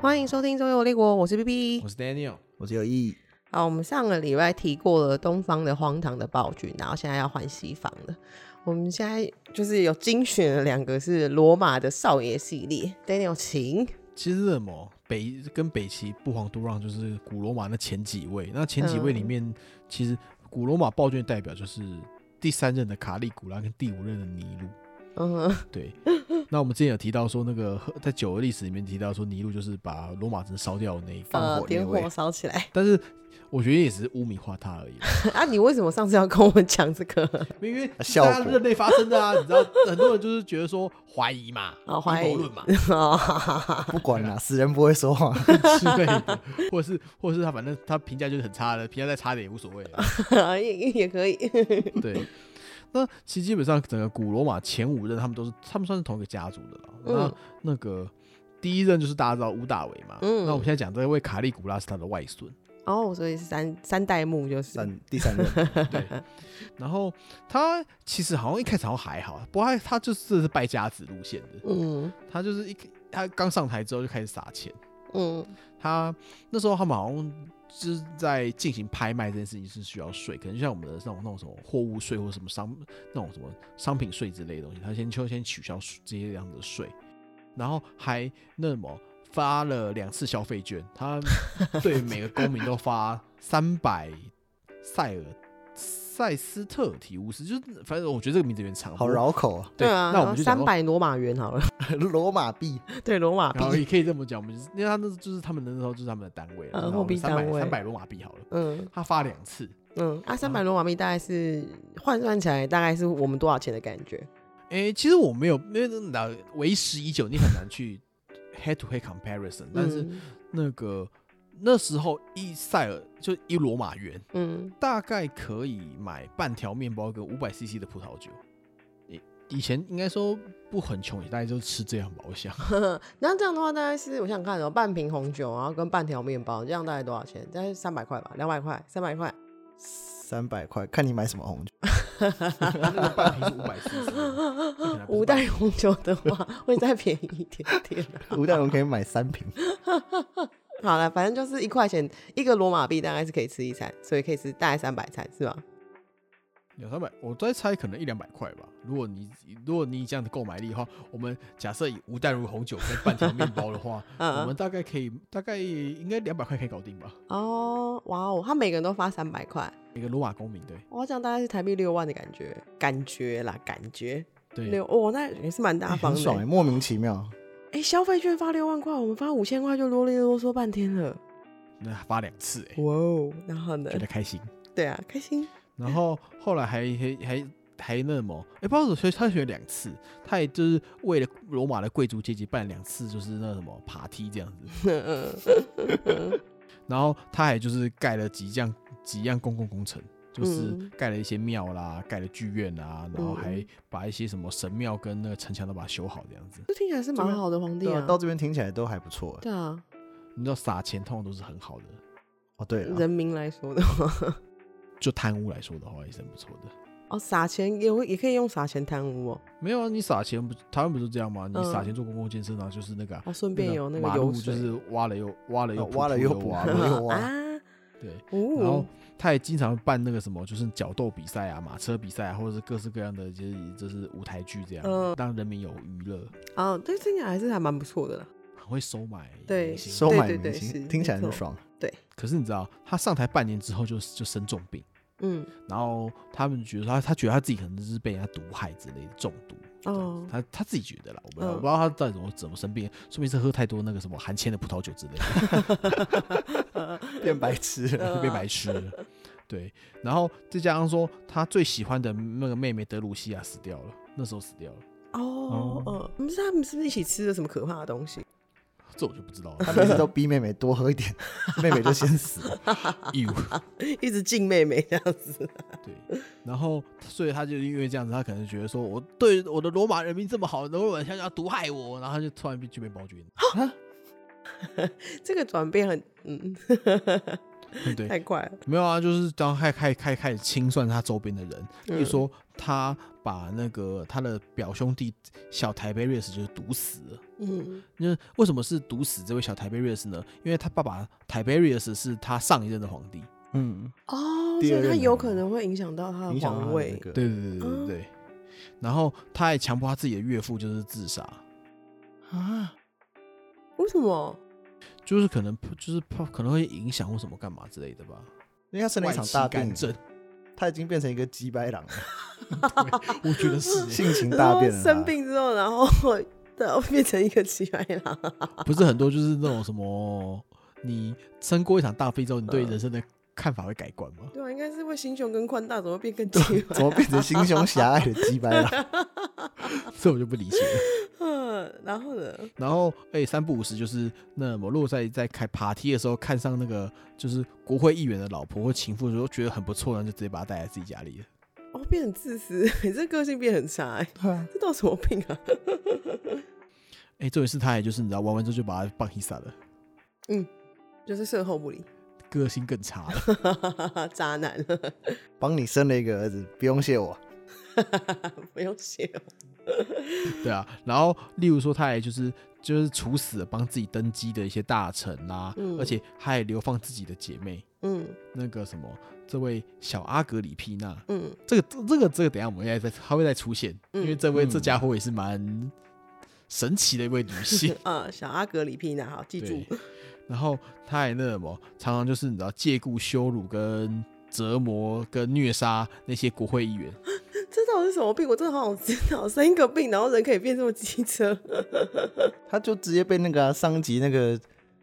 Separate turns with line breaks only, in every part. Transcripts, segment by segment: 欢迎收听《周游列国》，我是 B B
我。是 Daniel，
我是有意义。
好，我们上个礼拜提过了东方的荒唐的暴君，然后现在要换西方的。我们现在就是有精选了两个是罗马的少爷系列，Daniel 请。
其实什么北跟北齐不遑多让，就是古罗马那前几位。那前几位
嗯
里面，其实古罗马暴君的代表就是第三任的卡利古拉跟第五任的尼禄。
嗯哼，
对，那我们之前有提到说，那个赫在九的历史里面提到说，尼禄就是把罗马城烧掉的那一个，
呃
火，
点
那位
火烧起来。
但是我觉得也只是污名化他而已啦，
啊，你为什么上次要跟我们讲这个？
因为是
效
大家
果
人类发生的啊，你知道，很多人就是觉得说怀疑嘛，
啊怀疑
阴谋论嘛，
哦，哈哈 哈
不管啦，死人不会说话。
之类的，或者是或者是他反正他评价就是很差的，评价再差点也无所谓了。
哈也也也可以。嗯
对，那其实基本上整个古罗马前五任他们都是他们算是同一个家族的了。
嗯
那那个第一任就是大家知道乌大维嘛，
嗯
那我们现在讲这位卡利古拉是他的外 孙，
哦，所以是三三代目就是。
三第三任，
对。然后他其实好像一开始好像还好，不过他他就是是败家子路线的，
嗯
他就是一他刚上台之后就开始撒钱，
嗯
他那时候他们好像就是在进行拍卖这件事情是需要税，可能就像我们的那种那种什么货物税或者什么商那种什么商品税之类的东西，他先就先取消这些样子的税，然后还那么发了两次消费券，他对每个公民都发三百塞尔塞斯特提乌斯，就是反正我觉得这个名字有点长，
好
不过
绕口啊！
对
啊，
那我们就讲
三
说
百罗马元好了。
罗马币
对，罗马
然后
币。
也可以这么讲，我们就是因为他那就是他们那时候就是他们的单位了，
呃
就是
货币
三百
单位
三百罗马币好了，
嗯
他发两次，
嗯，啊，三百罗马币大概是换算起来大概是我们多少钱的感觉？
诶、其实我没有，因为那为时已久，你很难去 head to head comparison、但是
嗯
那个那时候一塞尔就一罗马元，
嗯
大概可以买半条面包跟五百 CC 的葡萄酒。以以前应该说不很穷，也大概就吃这样吧。我想
那这样的话，大概是我想看哦，半瓶红酒，然后跟半条面包，这样大概多少钱？大概三百块吧，两百块，三百块。
三百块，看你买什么红酒。
那个半瓶是五百 CC，
五袋红酒的话，会再便宜一点点、啊。
吴代荣可以买三 瓶，
好了，反正就是一块钱一个罗马币，大概是可以吃一餐，所以可以吃大概三百餐，是吧？
两三百，我在猜可能一两百块吧。如果你如果你这样的购买力的话，我们假设以无淡如红酒跟半条面包的话，
嗯
我们大概可以大概应该两百块可以搞定吧。
哦，哇哦，他每个人都发三百块，
一个罗马公民，对
哇，这样大概是台币六万的感觉，感觉啦，感觉
对，
六，哦，那也是蛮大方
很
的、
爽哎，莫名其妙。
哎、消费券发六万块，我们发五千块就啰里啰嗦半天了。
那发两次哎、
哇哦，然后呢
觉？得开心。
对啊，开心。
然后后来还还还还那么哎、不知道怎么学他学两次，他也就是为了罗马的贵族阶级办两次，就是那什么爬梯这样子。
嗯嗯
然后他还就是盖了几项几样公共工程，就是
嗯
盖了一些庙啦，盖了剧院啦，然后还
嗯
把一些什么神庙跟那个城墙都把它修好这样子。
这听起来是蛮好的皇帝
对啊
啊，。
到这边听起来都还不错哎。
对啊，
你知道撒钱通常都是很好的，
哦，对了，
啊人民来说的话，
就贪污来说的话也是很不错的。
哦，撒钱也会也可以用撒钱贪污哦，
没有啊，你撒钱不台湾不是这样吗？你
嗯
撒钱做公共建设啊，就是那个啊、
哦，顺便有那个
马
油
路
水哦
就是挖了又挖了又
哦
补
挖了又
补
补
挖
啊
了。
有啊
啊，
对，然后
哦，
他也经常办那个什么，就是角斗比赛啊、马车比赛啊，或者是各式各样的，就是就是舞台剧这样，
嗯
让人民有娱乐，
啊，对，听起来还是还蛮不错的啦。
很会收买
对
明星
收买
对对对
明
是
星，听起来很爽。
可是你知道，他上台半年之后就就生重病，
嗯，
然后他们觉得他他觉得他自己可能就是被人家毒害之类的中毒。这样
哦
子他他自己觉得啦，我不知道、
嗯
我不知道他到底怎么怎么生病，说明是喝太多那个什么含铅的葡萄酒之类 的。
变白痴 了，
就被白痴了。对，然后再加上说他最喜欢的那个妹妹德鲁西亚死掉了，那时候死掉了，
哦，嗯，不是他们是不是一起吃了什么可怕的东西？
这我就不知道
他
了。
每次都逼妹妹多喝一点， 妹妹就先死了。
有
一直敬妹妹这样子。
对，然后所以他就因为这样子，他可能觉得说我对我的罗马人民这么好，罗马人想要毒害我，然后他就突然被就被暴君。
这个转变很，嗯，
对，
太快了，
没有啊，就是当开开开开始清算他周边的人，比如说他把那个他的表兄弟小台贝瑞斯就是毒死了。
嗯，
那为什么是毒死这位小台贝瑞斯呢？因为他爸爸台贝瑞斯是他上一任的皇帝。
嗯，
哦，
第
所
二
以他
任
有
的
可能会影响到他
影
的
响到
皇
他的
位
那，个，
对对对对对对。然后他还强迫他自己的岳父就是自杀，
啊，
为什么？
就是可能就是怕可能会影响或什么干嘛之类的吧。
因为他生了一场大
外戚干
病，
政，
他已经变成一个鸡掰 狼了，
我觉得是耶
性情
然
大
后
变
啊
了。
生，病之后，然后对变成一个奇白 狼，
不是很多就是那种什么，你生过一场大病之后，你对人生的看法会改观吗？
对啊，应该是会心胸跟宽大，怎么变更奇
啊
怎么
白？
变成心胸狭隘的鸡掰狼？
这我就不理解了。
嗯，然后呢？
然后，哎、三不五时就是那么，如果在在开 party 的时候看上那个就是国会议员的老婆或情妇的时候，觉得很不错，然后就直接把她带来自己家里了。
哦，变很自私，你这个性变很差、欸，
对啊，
这到底什么病啊？
哎、重点是他也就是你知道玩完之后就把他棒一散了，
就是售后不理，
个性更差了。
渣男，
帮你生了一个儿子，不用谢我。
不用写哦。
对啊，然后例如说，他也就是就是处死了帮自己登基的一些大臣啦、
嗯
而且他也流放自己的姐妹，
嗯
那个什么，这位小阿格里皮娜，
嗯，，
这个这个这个，等一下我们要再他会再出现，因为这位、这
嗯
家伙也是蛮神奇的一位女性
啊、小阿格里皮娜，好记住
对，。然后他还那什么，常常就是你知道借故羞辱跟折磨跟虐杀那些国会议员，
这到底是什么病？我真的好想知道，生一个病，然后人可以变这么机车，
他就直接被那个啊、上一集那个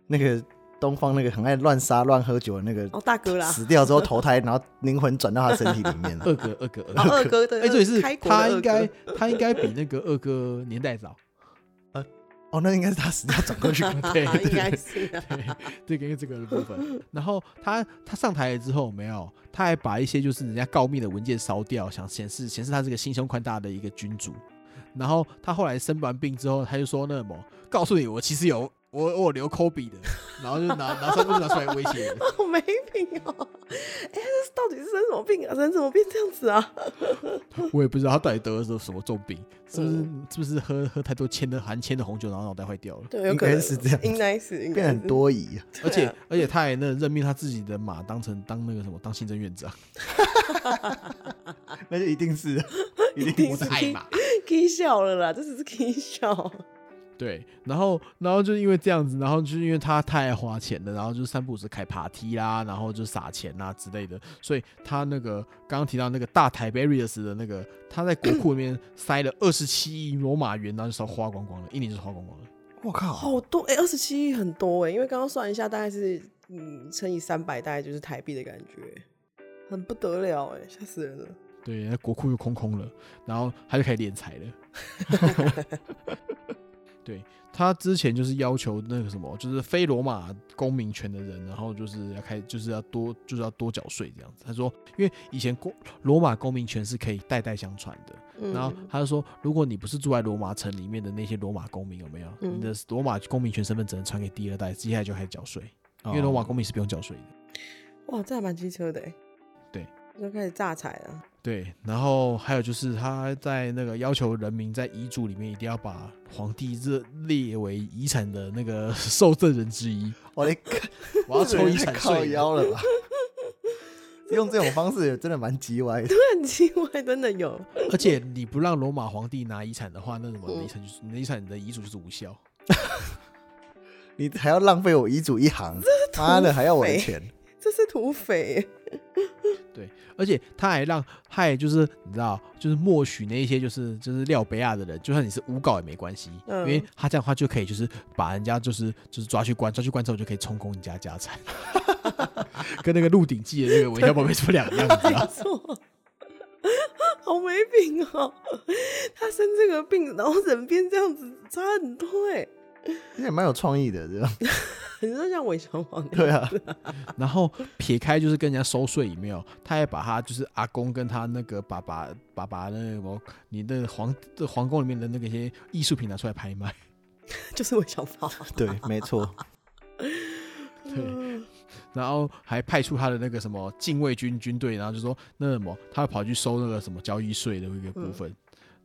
那个东方那个很爱乱杀乱喝酒的那个
哦，大哥啦，
死掉之后投胎，然后灵魂转到他身体里面 了。
二哥二哥二
哦，
哥。
二哥的，
哎、这也是
开国的
他
二
应
哥
该他应该比那个二哥年代早，
哦，那应该是他死掉转过去。
对
啊，应该
对
是、啊，
对，这个这个部分。然后他他上台了之后，没有，他还把一些就是人家告密的文件烧掉，想显示显示他是个心胸宽大的一个君主。然后他后来生完病之后，他就说那什么，告诉你我其实有我我有留抠鼻的，然后就拿拿三分拿出来威胁人。
好没品哦！哎、这到底是生什么病啊？人怎么变这样子啊？
我也不知道他到底得了什么什么重病，是不是、是不是喝喝太多铅的含铅的红酒，然后脑袋坏掉了？
嗯对，有
应
可
该
能
是这样子
应该是应该
变很
是
多疑，
而
对
且
啊
而且他还那任命他自己的马当成当那个什么当行政院长，
那就一 定是，一
定
定
我
是
的爱 马。
k 笑了啦，这只是 k 笑。
对，然后然后就因为这样子，然后就是因为他太爱花钱了，然后就是三不五时开 party 啦，然后就撒钱啦之类的，所以他那个刚刚提到那个大台 b e r i u s 的那个，他在国库里面塞了二十七亿罗马元，然后就烧花光光了，一年就花光光了。
我靠，
好多哎，二十七亿很多哎、因为刚刚算一下，大概是嗯乘以三百，大概就是台币的感觉，很不得了哎、吓死人了。
对，那国库又空空了，然后他就开始敛财了。 对他之前就是要求那个什么，就是非罗马公民权的人，然后就是要开，就是要多，就是要多缴税这样子。他说，因为以前公罗马公民权是可以代代相传的，
嗯，
然后他就说，如果你不是住在罗马城里面的那些罗马公民，有没有？
嗯
你的罗马公民权身份只能传给第二代，接下来就开始缴税，
哦
因为罗
哦
马公民是不用缴税的。
哇，这还蛮机车的哎、
对，
就开始榨啊财 了。
对，然后还有就是他在那个要求人民在遗嘱里面一定要把皇帝这列为遗产的那个 受赠人之一。
我的
我要抽遗
太
产
靠
税了。
腰了吧？用这种方式也真的蛮叽歪的，
很奇怪，真的有
而且你不让罗马皇帝拿遗产的话，那什么
嗯
你的遗产就是你的遗产你的遗嘱就是无效。
你还要浪费我遗嘱一行，妈的还要我的钱，
这是土匪、欸，
而且他还让他也就是你知道，就是默许那一些就是就是廖北亚的人，就算你是诬告也没关系，
嗯
因为他这样的话就可以就是把人家就是就是抓去关，抓去关之后就可以充公你家家产， 跟那个《鹿鼎记》的那个韦小宝贝出两样，你知道
没？错， 好没品哦！他生这个病，然后人变这样子，差很多哎。
也蛮有创意的，对吧？
你说像韦小宝那样，
对啊，
然后撇开就是跟人家收税有没有，他还把他就是阿公跟他那个爸爸爸爸那个什么，你的皇这皇宫里面的那个一些艺术品拿出来拍卖，
就是韦小宝。
啊
嗯
对，没错，
对，然后还派出他的那个什么禁卫军军队，然后就说那什么，他跑去收那个什么交易税的一个部分。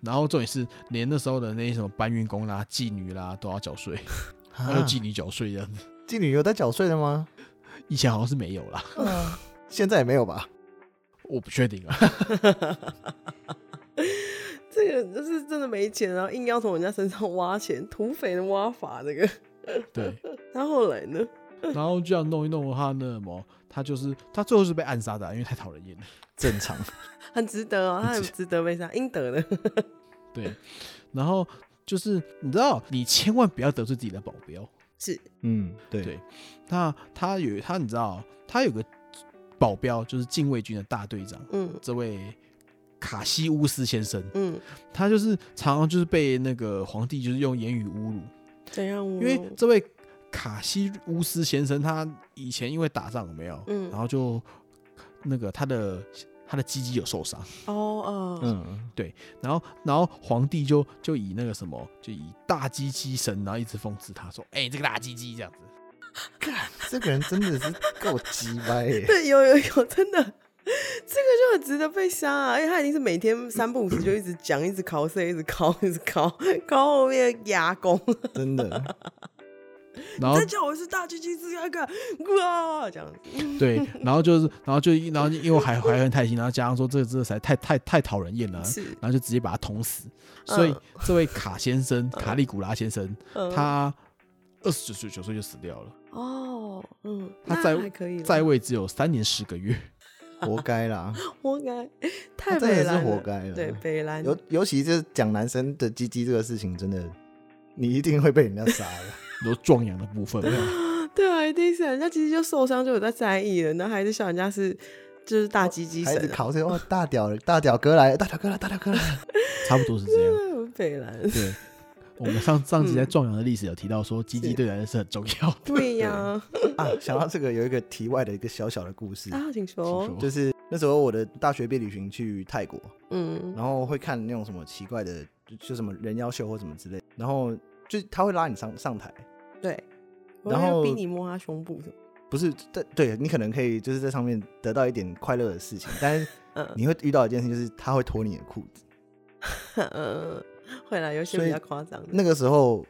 然后重点是，连那时候的那些什么搬运工啦、妓女啦都要缴税，还有
啊
妓女缴税这样子。
妓女有在缴税的吗？
以前好像是没有啦，
嗯
现在也没有吧？
我不确定啊。
这个就是真的没钱，然后硬要从人家身上挖钱，土匪的挖法这个。
对，
他后来呢？
然后这样弄一弄的话，那什么，他就是他最后是被暗杀的啊，因为太讨人厌了。
正常。
很值得哦，他很
值
值得被杀，应得的。
对，然后就是你知道，你千万不要得罪自己的保镖。
是，
嗯，对
对那他有他，你知道，他有个保镖，就是禁卫军的大队长，
嗯
这位卡西乌斯先生，
嗯，
他就是常常就是被那个皇帝就是用言语侮辱，
怎样我？
因为这位卡西乌斯先生他以前因为打仗有没有，
嗯
然后就那个他的他的鸡鸡有受伤，
哦哦，
嗯，
然后然后皇帝就就以那个什么，就以大鸡鸡神，然后一直讽刺他说，哎、这个大鸡鸡这样 子。
这个人真的是够鸡掰 耶、
对，有有有，真的，这 个就很值得被杀啊！因为他已经是每天三不五时就一直讲，一直考试，一直考，一直考，考后面牙弓。
真的。
然后
再叫我是大狙击是那个哇，这样子。
对，然后就是，然后就，然后因为还怀恨太心，然后加上说这个真的实在太太太讨人厌了，
啊
是，
然后就直接把他捅死。所以
嗯
这位卡先生，卡利古拉先生，
嗯
他二十九岁九岁就死掉了，
哦，嗯，
他
那
在
还可以啦，
在位只有三年十个月。
活该 啦，
活该，太
他真
北
的是
兰
活
了
该了。
对，北兰
尤尤其是讲男生的鸡鸡这个事情，真的，你一定会被人家杀 的。
有壮阳的部分，
对啊，一定是人家其实就受伤就有在在意了，然后还是笑人家是就是大鸡鸡
孩
神
子
啊，
考试哦，大屌大屌哥来了，大屌哥来了，大屌哥来 了。
差不多是这样。
嗯北 兰
对，我们上上
嗯
集在壮阳的历史有提到说，鸡鸡对男人是很重要的。
对呀 啊
啊，想到这个有一个题外的一个小小的故事，
啊请
听
说，
说
就是那时候我的大学毕业旅行去泰国，
嗯
然后会看那种什么奇怪的，就就什么人妖秀或什么之类，然后就他会拉你上上台，
对，我
然
要
后
逼你摸他胸部什么，
不是，对对你可能可以就是在上面得到一点快乐的 事情，但是
嗯
你会遇到一件事，就是他会脱你的裤子。
嗯，会啦，有些
所
比
以
较夸张的，
那个时候，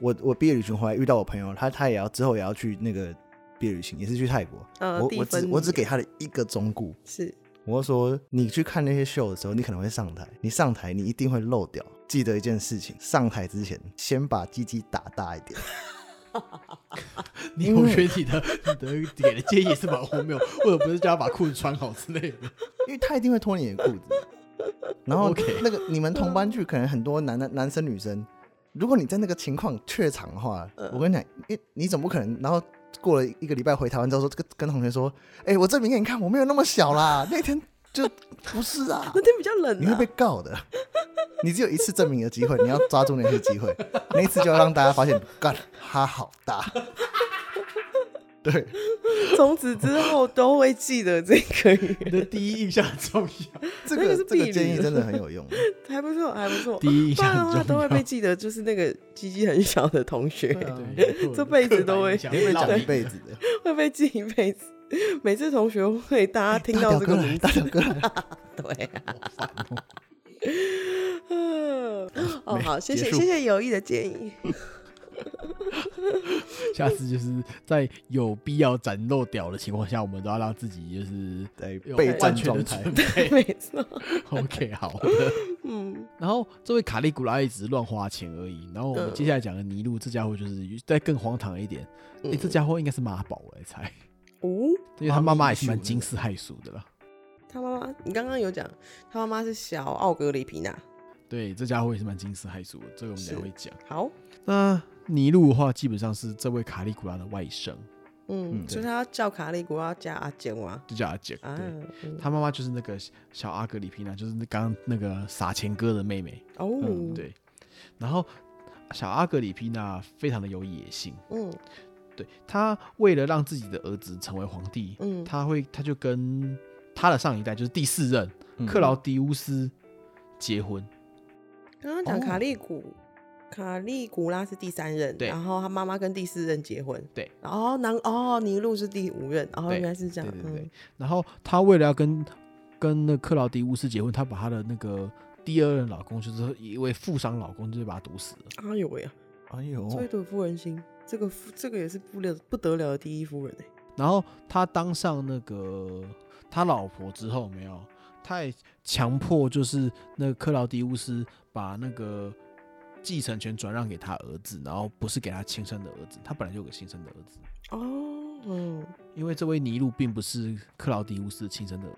我我毕业旅行回来遇到我朋友，他他也要之后也要去那个毕业旅行，也是去泰国。
呃
我
地
我只
分
我
离
只给他的一个忠告，
是
我就说你去看那些秀的时候，你可能会上台，你上台你一定会漏掉。记得一件事情，上台之前先把鸡鸡打大一点。
你我觉得你的你的给的建议也是蛮荒谬，或者不是叫他把裤子穿好之类的。
因为他一定会脱你的裤子。然后
OK
那个你们同班剧可能很多男男男生女生，如果你在那个情况怯场的话，我跟你讲，因为你总不可能，然后过了一个礼拜回台湾之后说，跟跟同学说，哎、我证明给你看，我没有那么小啦，那天就不是啊
那，天比较冷
你会
啊
被，告的。你只有一次证明的机会，你要抓住那次机会，那一次就要让大家发现，干他好大。对，
从此之后都会记得这个语言，
你的第一印象很重要，
这
那个
个
是
这
避
个
旅
建议
的
真的很有用。
还不错，还不错，
第一印
不然的
象
话
很
都
重
会
要。
被记得，就是那个鸡鸡很小的同学，
对啊
这辈子都会
刻板
你
印
会被
象
讲一辈子的。
会被记一辈子。每次同学会，大家听到这个名字，
大表哥来， 大表
对啊，嗯哦，好，谢谢
结束
谢谢友谊的建议，
下次就是在有必要展露屌的情况下，我们都要让自己就是
哥
有
来，备
完
战
全的
状态
准。备。
没错，
OK，好的。
嗯，
然后这位卡利古拉也只是乱花钱而已。然后我们
嗯
接下来讲的尼禄，这家伙就是再更荒唐一点。诶这家伙应该是妈宝，我来猜，
哦，
因为他妈妈也是
妈咪
蛮
一
惊
族
世骇俗的啦。
他妈妈，你刚刚有讲，他妈妈是小奥格里皮娜，
对，这家伙也是蛮惊世骇俗的，这个我们
是
等一下会讲。
好，
那尼禄的话，基本上是这位卡利古拉的外甥，
嗯，
嗯
所以他要叫卡利古拉加阿坚娃
就叫阿杰克。
啊，
对，
嗯
他妈妈就是那个小阿格里皮娜，就是那刚刚那个撒钱哥的妹妹。
哦，
嗯，，对。然后小阿格里皮娜非常的有野心，
嗯
对她为了让自己的儿子成为皇帝，
嗯，
她会她就跟她的上一代就是第四任、
嗯
克劳迪乌斯结婚。
刚刚讲
哦
卡利古卡利古拉是第三任，
对
然后他妈妈跟第四任结婚，
对，
然后南哦尼禄是第五任，哦
对
原来是这样，
对对对。然后她为了要跟跟那克劳迪乌斯结婚，她把她的那个第二任老公，就是一位富商老公，就是把他毒死了。
嗯，哎呦喂啊，
哦
哎呦，
追毒夫人心，这个夫这个也是不了不得了的第一夫人哎、
然后他当上那个他老婆之后，没有，他也强迫就是那个克劳迪乌斯把那个继承权转让给他儿子，然后不是给他亲生的儿子，他本来就有个亲生的儿子，
哦，嗯，
因为这位尼禄并不是克劳迪乌斯的亲生的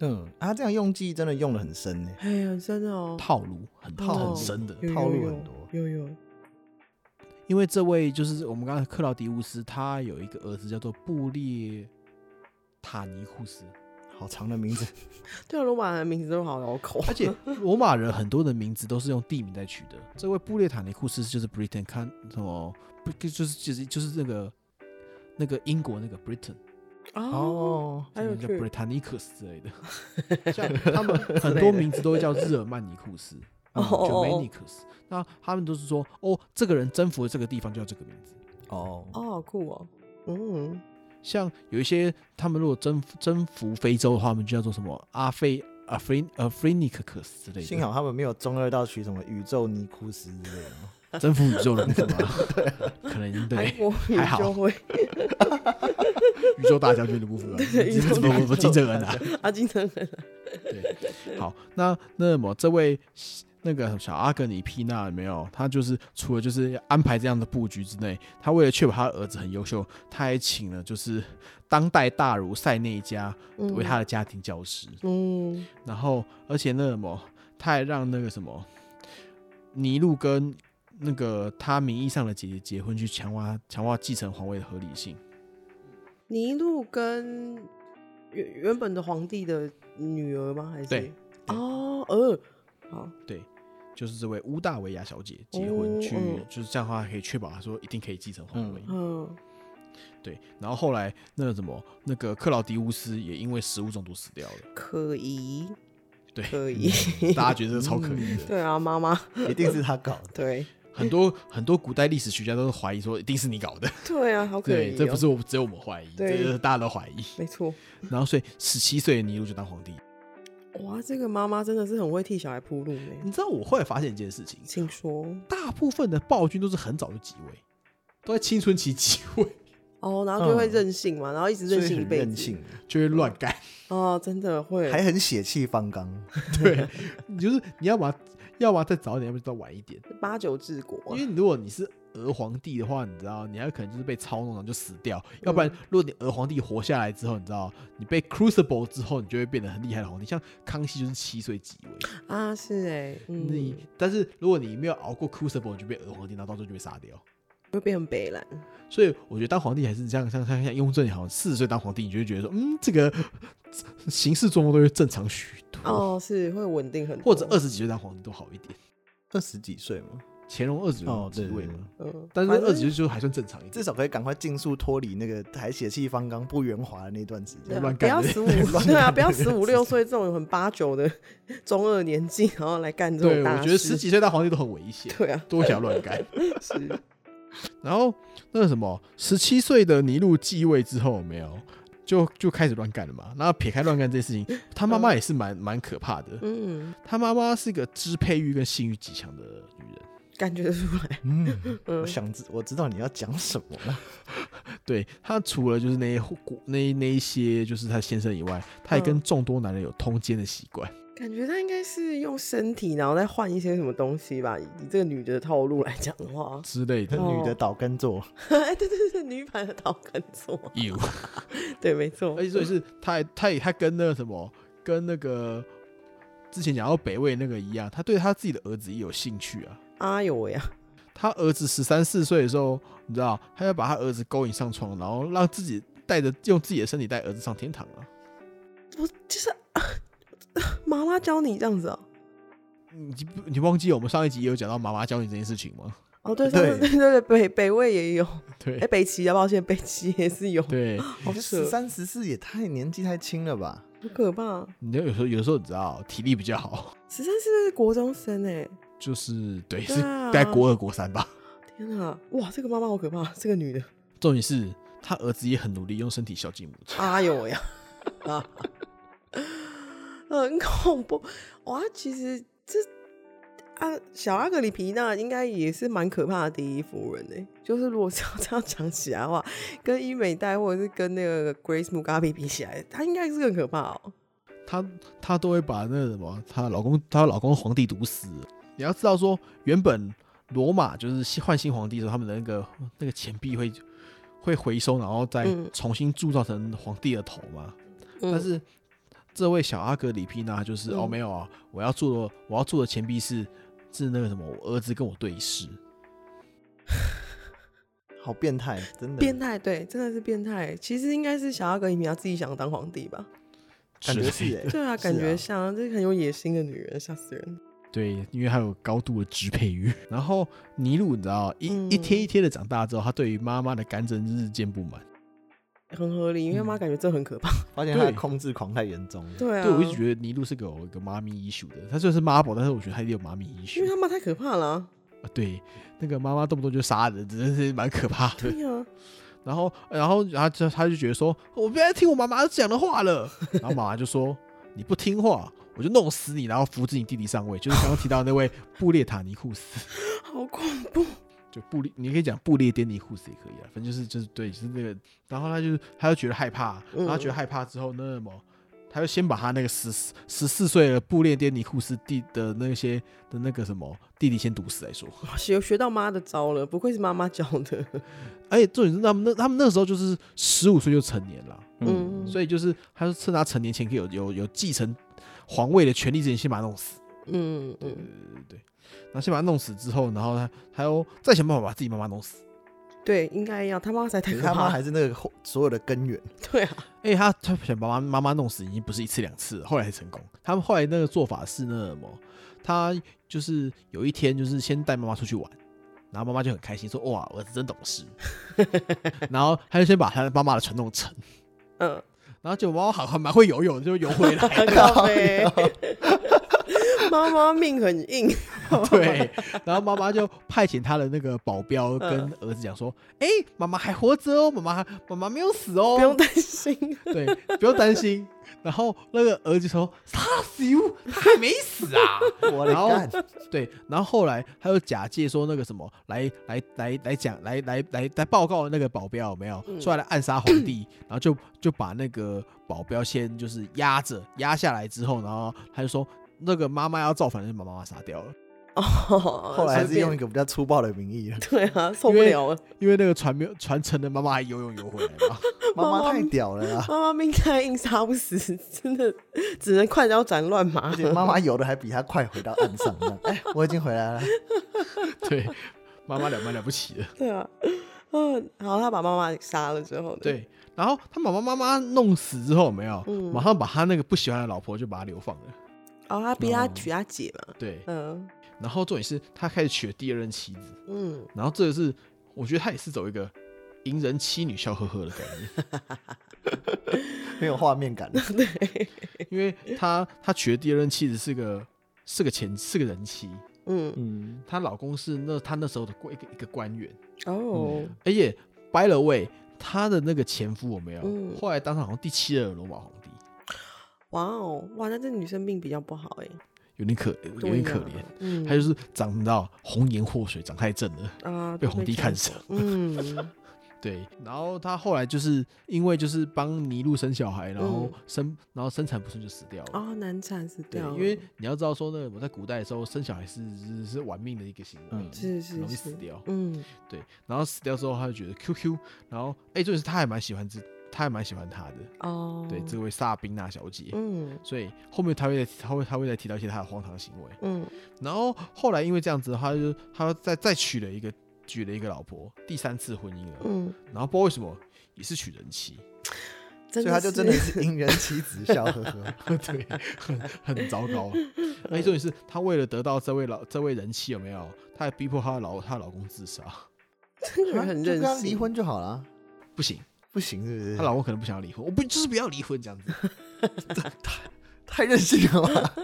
嗯，啊，这样用计真的用的很深呢，
哎，很深哦，
套路，很
套路
很深的。
有
套路
有
很多
有有有，
因为这位就是我们刚才克劳迪乌斯，他有一个儿子叫做布列塔尼库斯，
好长的名字，
对啊，罗马人的名字都好绕口，
而且罗马人很多的名字都是用地名在取的。这位布列塔尼库斯就是 Britain，看什么不就是就是就是那个那个英国那个 Britain，
哦，，还有
叫
趣
Britannicus 之类 的。像他们很多名字都会叫日耳曼尼库斯、嗯
哦哦哦
Germanicus，那他们都是说哦，这个人征服了这个地方就叫这个名字。
哦，
哦，好酷哦，嗯，
像有一些他们如果征服征服非洲的话，他们就叫做什么阿非阿非阿非尼克克斯之类的。
幸好他们没有中二到取什么宇宙尼库斯之类 的。
征服宇宙人部分吧，可能已经
韩
对。
国语
还好
就会
宇宙大将军的部分吧，
对宇宙
不不不，金正恩啊，
阿金正 恩
对，好，那那么这位那个小阿格尼皮纳有没有，他就是除了就是安排这样的布局之内，他为了确保他儿子很优秀，他还请了就是当代大儒塞内加为他的家庭教师，
嗯，
然后而且那什么，他还让那个什么尼禄跟那个他名义上的姐姐结婚，去强化强化继承皇位的合理性。
尼禄跟原原本的皇帝的女儿吗？还是
对对
哦，呃，好，
对，就是这位乌大维亚小姐结婚
哦
去，
嗯
就是这样的话可以确保她说一定可以继承皇位。
嗯，
对，然后后来那个什么，那个克劳迪乌斯也因为食物中毒死掉了。
可疑，
对，嗯
可 疑，
大家觉得这个超可怜的。
对啊，妈妈，
一定是他搞的。
对，
很多很多古代历史学家都是怀疑说，一定是你搞的。
对啊，好可疑、
对，
哦，
这不是我只有我们怀疑，
对
这是大家都怀疑。
没错，
然后所以十七岁的尼禄就当皇帝。
哇，这个妈妈真的是很会替小孩铺路呢，
你知道我后来发现一件事情，
请说。
大部分的暴君都是很早就即位，都在青春期即位，
哦，然后就会
嗯
任性嘛，然后一直任
所以
性一
很
辈子，
任性，
就会乱干。
哦，真的会，
还很血气方刚。
对，你就是你要么要么再早一点，要么就再晚一点。
八九治国啊、
因为你如果你是娥皇帝的话，你知道，你还有可能就是被操弄，然后就死掉。要不然，如果你娥皇帝活下来之后，你知道，你被 crucible 之后，你就会变得很厉害的皇帝。像康熙就是七岁即位，
啊，是哎、嗯，
你、但是如果你没有熬过 crucible，你就变娥皇帝，然后到最后就被杀掉。
会变成北兰，
所以我觉得当皇帝还是像像像像雍正也好，四十岁当皇帝，你就会觉得说，嗯，这个行事作风都会正常许多，
哦，是会稳定很多，
或者二十几岁当皇帝都好一点。
二十几岁嘛，
乾隆二十
哦
九即
对对
位
对
嘛，
嗯，
但是
反
二
正
十就还算正常一
至
点。
少可以赶快尽速脱离那个还血气方刚、不圆滑的那段时
对
间
啊。
乱
不
干
要
的
十五， 对 啊，不要十五六岁这种很八九的 中二年纪，然后来干这
对，
种大
我
事。
觉得十几岁当皇帝都很危险，
对啊，
多想乱干。
是
然后那个什么，十七岁的尼禄继位之后，有没有就就开始乱干了嘛。然后撇开乱干这件事情，他妈妈也是蛮蛮可怕的。
嗯，
他妈妈是个支配欲跟性欲极强的女人。
感觉得出来，
嗯，我
嗯，
想知我知道你要讲什么了。
对她除了就是那些古那那一些就是她先生以外，她也跟
嗯
众多男人有通奸的习惯。，
感觉他应该是用身体，然后再换一些什么东西吧。以以这个女的套路来讲的话
之类的
这
哦
女的倒跟坐，
哎，对对对对，女版的倒跟做，
有，
对，没错
而，哎且所以是她还她也她跟那个什么跟那个之前讲到北魏那个一样，她对她自己的儿子也有兴趣啊。
啊有喂啊，
他儿子十三四岁的时候，你知道，他要把他儿子勾引上床，然后让自己带着用自己的身体带儿子上天堂啊！
我就是 妈妈教你这样子哦。
你不你忘记我们上一集也有讲到妈妈教你这件事情吗？
哦，对，上次
对
对对对，北北魏也有，
对、
哎，北齐啊，抱歉，北齐也是有，
对，
好
十
扯，哦
三十四也太年纪太轻了吧？
好可怕。啊
你知道有时候有时候你知道体力比较好，
十三是不是国中生哎、
就就是对，
对
是
啊
在国二国三吧。
天哪，哇，这个妈妈好可怕， 这个女的，
重点是他儿子也很努力用身体孝敬母亲，
哎呦喂呀， 啊，很恐怖哇！其实这啊，小阿格里皮娜应该也是蛮可怕的第一夫人呢、欸就是如果是要这样讲起来的话，跟伊美黛或者是跟那个 Grace Mugabe 比起来，她应该是更可怕哦。
她她都会把那个什么，她老公她老公皇帝毒死。你要知道说，原本罗马就是新换新皇帝的时候，他们的那个那个钱币会会回收，然后再
嗯
重新铸造成皇帝的头嘛。但是这位小阿格里皮娜就是、哦
嗯
没有啊，我要做的我要做的钱币是是那个什么，我儿子跟我对视。
好变态，真的
变态，对，真的是变态。其实应该是小阿格里皮娜自己想当皇帝吧？
感觉是哎、
对啊，感
是啊
觉像、这很有野心的女人，吓死人。
对，因为他有高度的支配欲。 然后尼禄，你知道，一、
嗯
一天一天的长大之后，他对于妈妈的干政日渐不满。
很合理，因为妈
嗯
感觉这很可怕。
发现他的
对
控制狂太严重了。
对啊，
对，我一直觉得尼禄是个有一个妈咪 issue 的，他虽然是妈宝，但是我觉得他也有妈咪
因为
issue。
他妈太可怕了啊、
啊对，那个妈妈动不动就杀人，真的是蛮可怕的。
对啊，
然后，然后，然后他他就觉得说，我不要再听我妈妈讲的话了。然后妈妈就说，你不听话，我就弄死你，然后扶植你弟弟上位，就是刚刚提到的那位布列塔尼库斯。
好恐怖。
就布列，你可以讲布列颠尼库斯也可以啊，反正就是就是对，就是那个，然后他就他就觉得害怕，啊然后他觉得害怕之后，那么他就先把他那个十十四岁的布列颠尼库斯弟的那些的那个什么弟弟先毒死来说，
哇 学学到妈的招了，不愧是妈妈教的。
而且重点是他们那他们那时候就是十五岁就成年了，
嗯，
嗯，
所以就是他是趁他成年前可以有有有继承皇位的权利之前先把他弄死，
嗯
对对
嗯，
对对对，然后先把他弄死之后，然后他他又再想办法把自己妈妈弄死。
对，应该要他妈才
可
太
是
可
他妈
怕了。
还是那个后所有的根源，
对啊，
哎、他他想把妈妈妈弄死已经不是一次两次了，后来才成功。他们后来那个做法是那个什么，他就是有一天就是先带妈妈出去玩，然后妈妈就很开心说：“哇，儿子真懂事。” 然后他就先把他的妈妈的船弄沉，
嗯，
然后结果妈妈好像蛮会游泳的，就游回 来。
咖啡。 妈妈命很硬，
对，然后妈妈就派遣他的那个保镖跟
嗯
儿子讲说：“哎、妈妈还活着哦，妈妈妈妈没有死哦，
不用担心。
对，不用担心。然后那个儿子说：“杀死 you，他还没死 啊！”
我的
然后
干，
对，然后后来他又假借说那个什么来来来来讲来来来来报告那个保镖有没有
嗯
出来来暗杀皇帝，然后就就把那个保镖先就是压着压下来之后，然后他就说那个妈妈要造反，就把妈妈杀掉了，
哦，
后
后
来还是用一个比较粗暴的名义 了。
对啊，受不了了，
因为那个船没有船沉的妈妈还游泳游回来嘛。
妈
妈妈
妈太屌了啊啦，
妈妈命太硬，杀不死，真的只能快刀斩乱麻
而。且妈妈游的还比他快回到岸上 这样。哎，我已经回来了，
对，妈妈了蛮了不起的。
对啊， 嗯，好，他把妈妈杀了之后，，
对，然后他把妈妈妈弄死之后有没有，
嗯
马上把他那个不喜欢的老婆就把他流放了。
哦，他逼他
哦
娶他姐嘛，
对，
嗯
然后重点是他开始娶了第二任妻子。
嗯，
然后这个是，我觉得他也是走一个迎人妻女笑呵呵的概念，
很有画面感。
对，
因为他他娶的第二任妻子是个是个前是个人妻，
嗯，
嗯，
她老公是那她那时候的官一个一个官员，
哦，
而且 by the way，她的那个前夫我没有，
嗯
后来当上好像第七任罗马皇帝，
哇哦，哇，那这女生命比较不好哎，
有点可有
对
点可
呀
怜，
嗯，
他就是长到红颜祸水，长太正了，
啊，
被
都
皇帝
抢
看
走
上。
嗯，
对，然后他后来就是因为就是帮尼禄生小孩，然后生、然后生产不顺就死掉了。
嗯哦，难产死
对
掉，了，
因为你要知道说呢，我在古代的时候生小孩是是是玩命的一个行为，
嗯
是
很
是
容易死
是，
掉。
嗯，
对，然后死掉之后他就觉得 QQ，然后哎，重点是他还蛮喜欢这，他还蛮喜欢他的，
哦，
对，这位萨宾娜小姐。
嗯
所以后面他会他会他会再提到一些他的荒唐行为，
嗯
然后后来因为这样子的话，他就他再再娶了一个娶了一个老婆，第三次婚姻了，
嗯，
然后不知道为什么也是娶人妻，
所
所以他就真的是因人妻子笑 呵啊呵。
对，很很糟糕。啊而且重点是，她为了得到这位老这位人妻有没有，她还逼迫她的老她的老公自杀。
真
啊
的很
就
任
跟他
性，
离婚就好了，啊
不行，
不行是不是
她？老公可能不想要离婚，我不就是不要离婚这样子。
太任性了 吧，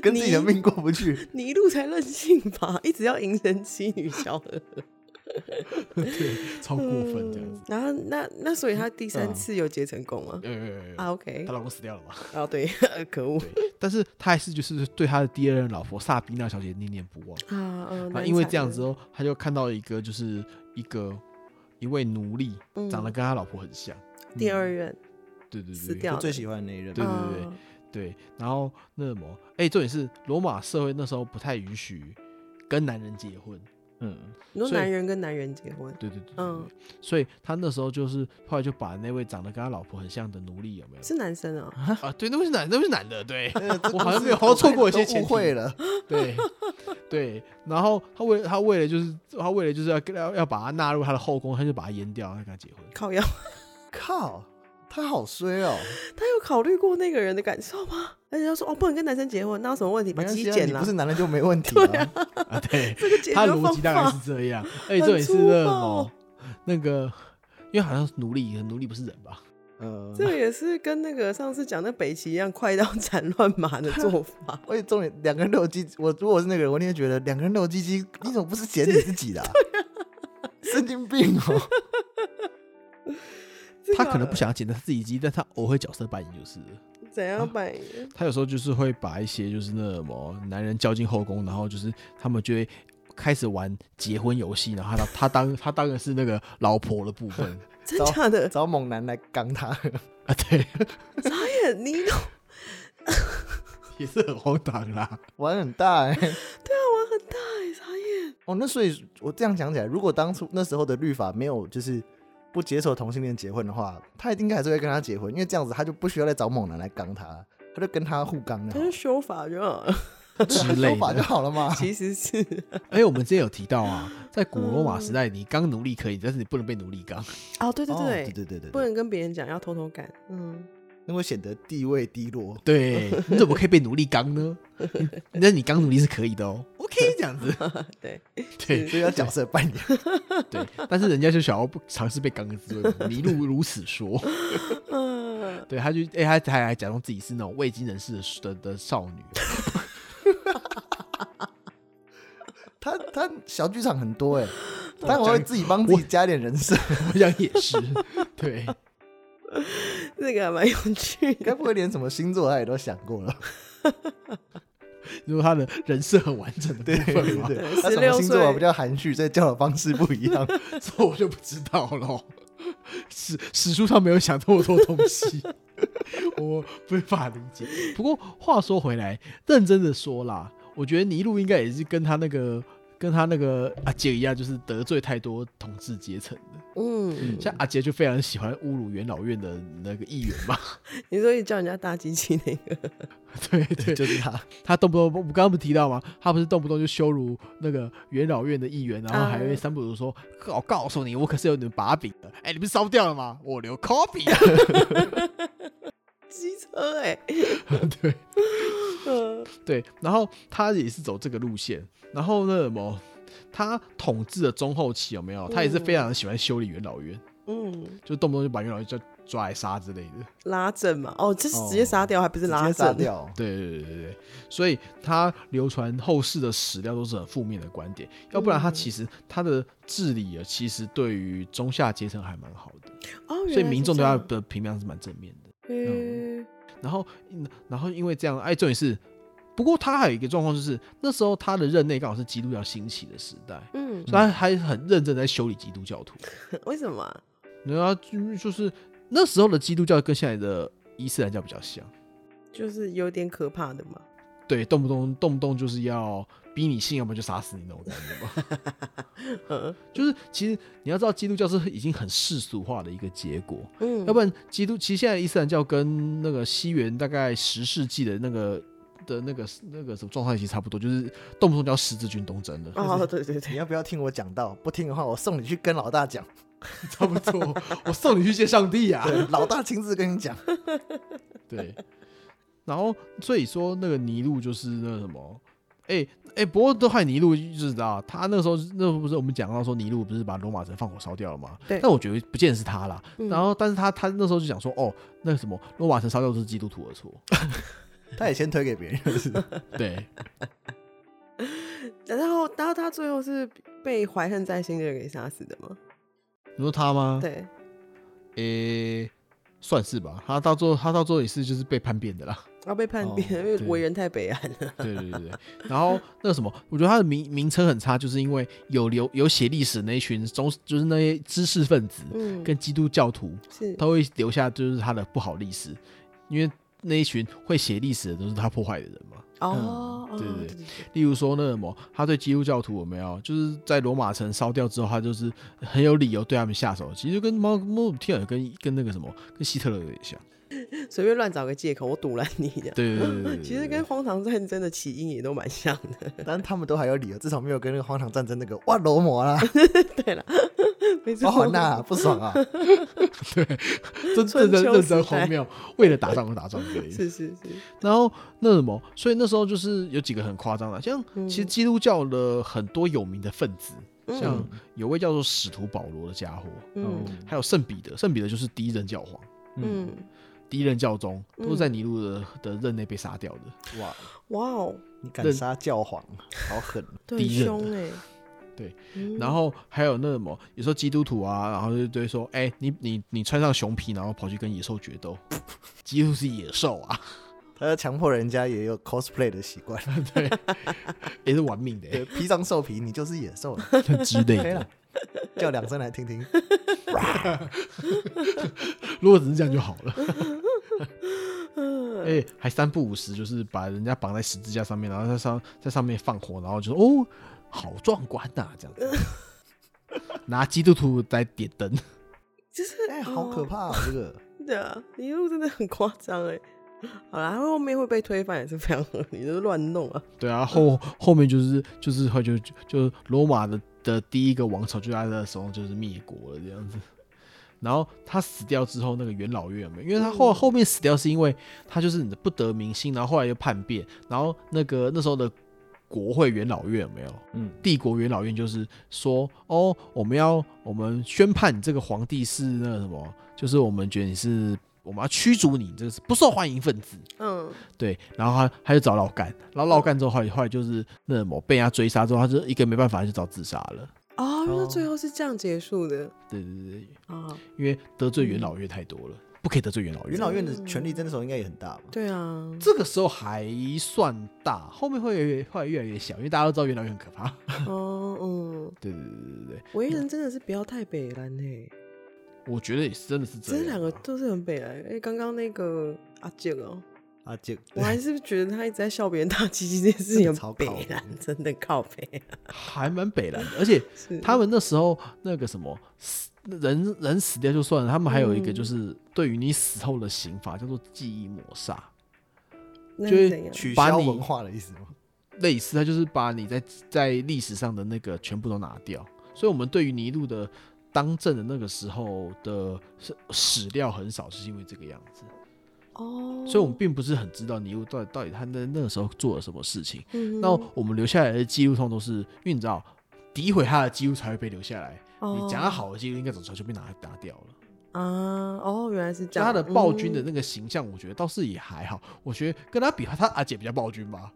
跟自己的
你
命过不去。
你一路才任性吧，一直要迎人妻 女小河，
对， 超过分这样子
嗯。然后那那所以她第三
嗯
次有结成功吗？
有有有有
啊
有，
，OK，
她老公死掉了嘛？
哦对， 可恶
对，但是他还是就是对他的第二任老婆萨比娜小姐念念不忘。
啊，嗯
那
难
因为
产
这样
了
子哦，他就看到一个就是一个一位奴隶，长得跟他老婆很像。
嗯
嗯
第二任
对对
死
对，
掉
就
了，
最喜欢的那一任，
对
嗯
对对对，然后那什么，哎，重点是罗马社会那时候不太允许跟男人结婚。
嗯，
你说
所以
男人跟男人结婚，
对对对，
嗯
嗯，所以他那时候就是后来就把那位长得跟他老婆很像的奴隶有没有
是男生啊、
啊？对，那位是男，那位是男的，对，
我
我好像没有好像错过一些前
误
提
会了，
对对，然后他为他为了就是他为了就是要跟要要把他纳入他的后宫，他就把他阉掉，他跟他结婚。
靠腰，
靠，他好衰哦，
他有考虑过那个人的感受吗？而且他说哦，不能跟男生结婚，那有什么问题？把
没关
鸡
系啊
剪
你
了
不，是男人就没问题 吗？
啊，对，
这个解
他
决
的逻
方
辑大概是
法
这 样。而
很
且重点是
粗
那
暴
种那个，因为好像是奴隶，奴隶不是人吧？呃
嗯，。
这也是跟那个上次讲的北齐一样，快刀 斩乱麻的做法
而且重点，两个人都有鸡，我如果我是那个人，我一定会觉得两个人都有鸡鸡，你怎么不是捡你自己的啊、 神经病哦！
这
他
个
可能不想要剪他自己鸡，但他偶尔会角色扮演就是了。
怎样办？
他有时候就是会把一些就是那什么男人交进后宫，然后就是他们就会开始玩结婚游戏，然后他他当他当然是那个老婆的部 分
真假的？
找猛男来刚他，
啊，对，
导演，你懂
也是很荒唐 啦。
玩很大哎、
玩很大哎，导演。
哦，那所以我这样讲起来，如果当初那时候的律法没有就是不接受同性恋结婚的话，他应该还是会跟他结婚，因为这样子他就不需要再找猛男来刚他，他就跟他互刚了
他，是修法就好了，
对啊
之类
说法
的
就好了嘛。
其实 是
哎、我们之前有提到啊，在古罗马
嗯
时代，你刚奴隶可以，但是你不能被奴隶刚。
哦，对对
哦
对，
对对对对
不
对，
能跟别人讲，要偷偷干。嗯，
那会显得地位低落。
对，你怎么可以被奴隶刚呢？那你刚奴隶是可以的哦。OK，这样子，
对，
对
所以要角色扮演，
对，但是人家就想要不尝试被刚的滋味嘛，麋鹿如此说。
嗯，
对，他就哎、他他还假装自己是那种未经人事的的的少女，
他他小剧场很多哎、欸，但我会自己帮自己加点人设，
我想也是。 对，
这个还蛮有趣的。
该不会连什么星座他也都想过了？
如果他的人设很完整的
对
部分嘛，
对，他什么
16
星座
岁
比较含蓄，所以交友方式不一样。
这我就不知道了。史史书上没有想这么多东西， 我没法理解。不过话说回来，认真的说啦，我觉得尼禄应该也是跟他那个跟他那个阿杰一样，就是得罪太多统治阶层的。
嗯，
像阿杰就非常喜欢侮辱元老院的那个议员嘛，
你说你叫人家大机器那个，
对对，
就是他，
他动不动，我们刚刚不提到吗？他不是动不动就羞辱那个元老院的议员，然后还会三不五时说：“我告诉你，我可是有你们把柄的。哎，你不是烧掉了吗？我留 copy 啊。
机车 哎、
对
嗯，
对，然后他也是走这个路线。然后那什么，他统治的中后期有没有？他也是非常喜欢修理元老院，
嗯，
就动不动就把元老院就抓来杀之类的。
拉正嘛，哦，这是直接杀掉，还不是
直
拉
接
正
炸？掉。
对对对对对，所以他流传后世的史料都是很负面的观点，要不然
嗯
他其实他的治理啊，其实对于中下阶层还蛮好的，
哦，
所以民众对他
原来是
的评量是蛮正面的。
这样，
然后，嗯然后因为这样，哎，重点是，不过他还有一个状况就是，那时候他的任内刚好是基督教兴起的时代，
嗯
所以他还很认真地在修理基督教徒。
嗯， 为什么啊？
然后就就是那时候的基督教跟现在的伊斯兰教比较像。
就是有点可怕的嘛。
对，动不动动不动就是要逼你信，要么就杀死你那种感觉嘛。
嗯
就是其实你要知道，基督教是已经很世俗化的一个结果，
嗯
要不然基督其实现在伊斯兰教跟那个西元大概十世纪的那个的那个那个什么状态其实差不多，就是动不动就要十字军东征了，
哦，对对
你
对，
要不要听我讲到？不听的话，我送你去跟老大讲。
差不多。 我送你去见上帝啊！
对，老大亲自跟你讲。
对，然后所以说那个尼禄就是那什么，哎、哎、不过都害尼禄就是知道，他那时候那时候不是我们讲到说尼禄不是把罗马城放火烧掉了吗？
对
但我觉得不见得是他啦。
嗯
然后，但是他他那时候就讲说，哦，那什么罗马城烧掉都是基督徒的错。
他也先推给别人，是不是
对，
然后，然后他最后是被怀恨在心的人给杀死的吗？
你说他吗？，
对，
诶、算是吧。他到最后，他到最后也是就是被叛变的 啦。
然后被叛
哦
变，因为
对
为人太北岸了。
对对对对。然后那个什么，我觉得他的名名称很差，就是因为有留有写历史的那一群中，就是那些知识分子
嗯，
跟基督教徒，
是
他会留下就是他的不好历史，因为那一群会写历史的都是他破坏的人嘛。
哦，哦
嗯对对
对
对
对，
例如说那什么，他对基督教徒有没有，就是在罗马城烧掉之后，他就是很有理由对他们下手，其实就跟猫莫姆蒂尔跟跟那个什么，跟希特勒有点像。
对随便乱找个借口，我堵拦你这样。
对对对对 对
其实跟荒唐战争的起因也都蛮像的。
但他们都还有理由，至少没有跟那个荒唐战争那个哇罗摩啦，
对了，没错，
哇那不爽啊！
这这
春
真
秋
认
时
真荒
代
谬，为了打仗而打仗之类的。
是是是，
然后那什么，所以那时候就是有几个很夸张的，像其实基督教的很多有名的分子，像
嗯
有位叫做使徒保罗的家伙，
嗯
还有圣彼得，圣彼得就是第一任教皇、
嗯，
第一任教宗，都是
嗯
在尼禄的的任内被杀掉的。
哇，
哇哦，
你敢杀教皇，好狠！
对，很
敌人
凶哎，
对
嗯，
然后还有那什么，有时候基督徒啊，然后就对说，哎、你你你穿上熊皮，然后跑去跟野兽决斗，基督徒是野兽啊，
他要强迫人家也有 cosplay 的习惯，
也、是玩命的、欸
皮上兽皮，你就是野兽了，
之类
可以
的
了。叫两声来听 听。
如果只是这样就好了。哎、还三不五时，就是把人家绑在十字架上面，然后在上在上面放火，然后就说哦，好壮观呐、这样子，拿基督徒来点灯。
就是
哎，好可怕啊！这个
哦的，一路真的很夸张哎。好啦，后面会被推翻也是非常合理，就是乱弄啊。
对啊，后后面就是就是后就就就罗马的的第一个王朝就在他的手上就是灭国了这样子。然后他死掉之后，那个元老院有没有？因为他后后面死掉是因为他就是你的不得民心，然后后来又叛变，然后那个那时候的国会元老院有没有？
嗯，
帝国元老院就是说，哦，我们要我们宣判你这个皇帝是那个什么，就是我们觉得你是我们要驱逐你，你这个是不受欢迎分子。
嗯，
对，然后他他就找老干，然后老干之后后来后来就是那什么被人家追杀之后，他就一个没办法就找自杀了。
哦，原来最
哦
后是这样结束的
对对对对，
啊。
因为得罪元老院太多了，不可以得罪元老院。
元老院的权力在那时候应该也很大吧？
对啊，
这个时候还算大，后面会越会越来越小，因为大家都知道元老院很可怕。
哦，嗯，
对对对对对对，
为人真的是不要太北蓝哎，
我觉得也是真的是这
这
样。啊
两个都是很北蓝。哎，刚刚那个阿健哦，
啊，这
我还是觉得他一直在笑别人大鸡鸡这件事情
真的超
很北
靠北
蓝，真的靠北 啊。
还蛮北蓝的，而且
是
他们那时候那个什么死人人死掉就算了，他们还有一个
嗯
就是对于你死后的刑罚叫做记忆抹杀。
那
就是
是怎样？
取
把
消
你
文化的意思吗？
类似，它就是把你在在历史上的那个全部都拿掉。所以，我们对于尼禄的当政的那个时候的史史料很少，就是因为这个样子。
哦，
所以，我们并不是很知道尼禄到底到底他在那个时候做了什么事情。
嗯
那我们留下来的记录，通常都是因为你知道，诋毁他的记录才会被留下来。
哦
你讲他好的记录，应该早早就被拿拿掉了。
啊，哦，原来是这
就
样。
他的暴君的
嗯
那个形象，我觉得倒是也还好。我觉得跟他比，他阿姐比较暴君吧。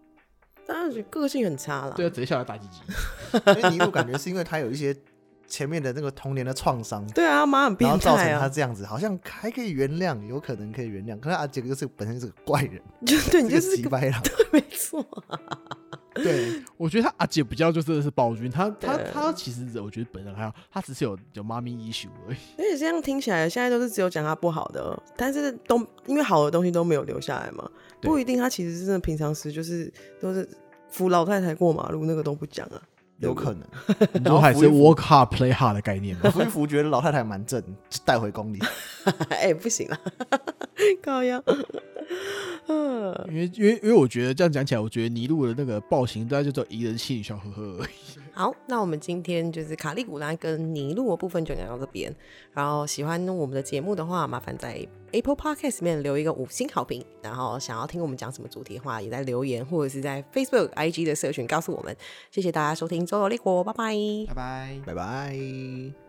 当然个性很差啦。
对啊，直接下来打几级。
因为尼禄感觉是因为他有一些前面的那个童年的创伤，
对啊，妈很
然后
变
造成
态
他
啊！
这样子，好像还可以原谅，有可能可以原谅。可是阿杰哥是本身是个怪人，
就对你
你
就是
鸡
个
掰了。
没错啊、
对，
我觉得他阿姐比较就真的是暴君，他他
对
他其实我觉得本人还好，他只是有有妈咪 issue 而已。
而且这样听起来，现在都是只有讲他不好的，但是都因为好的东西都没有留下来嘛，
对
不一定他其实真的平常时就是都是扶老太太过马路那个都不讲啊。
有可 能。
然后还
扶
是
一扶。
work hard play hard 的概念嘛
福一福觉得老太太蛮正，就带回 宫里。
哎、不行啦， 高腰。 嗯，
因为因为因为我觉得这样讲起来，我觉得尼禄的那个暴行大概就叫宜人心里笑呵呵而已。
好，那我们今天就是卡利古拉跟尼禄的部分就讲到这边。然后喜欢我们的节目的话，麻烦在 Apple Podcast 里面留一个五星好评。然后想要听我们讲什么主题的话，也在留言或者是在 Facebook、IG 的社群告诉我们。谢谢大家收听《周游列国》，拜拜。
拜拜。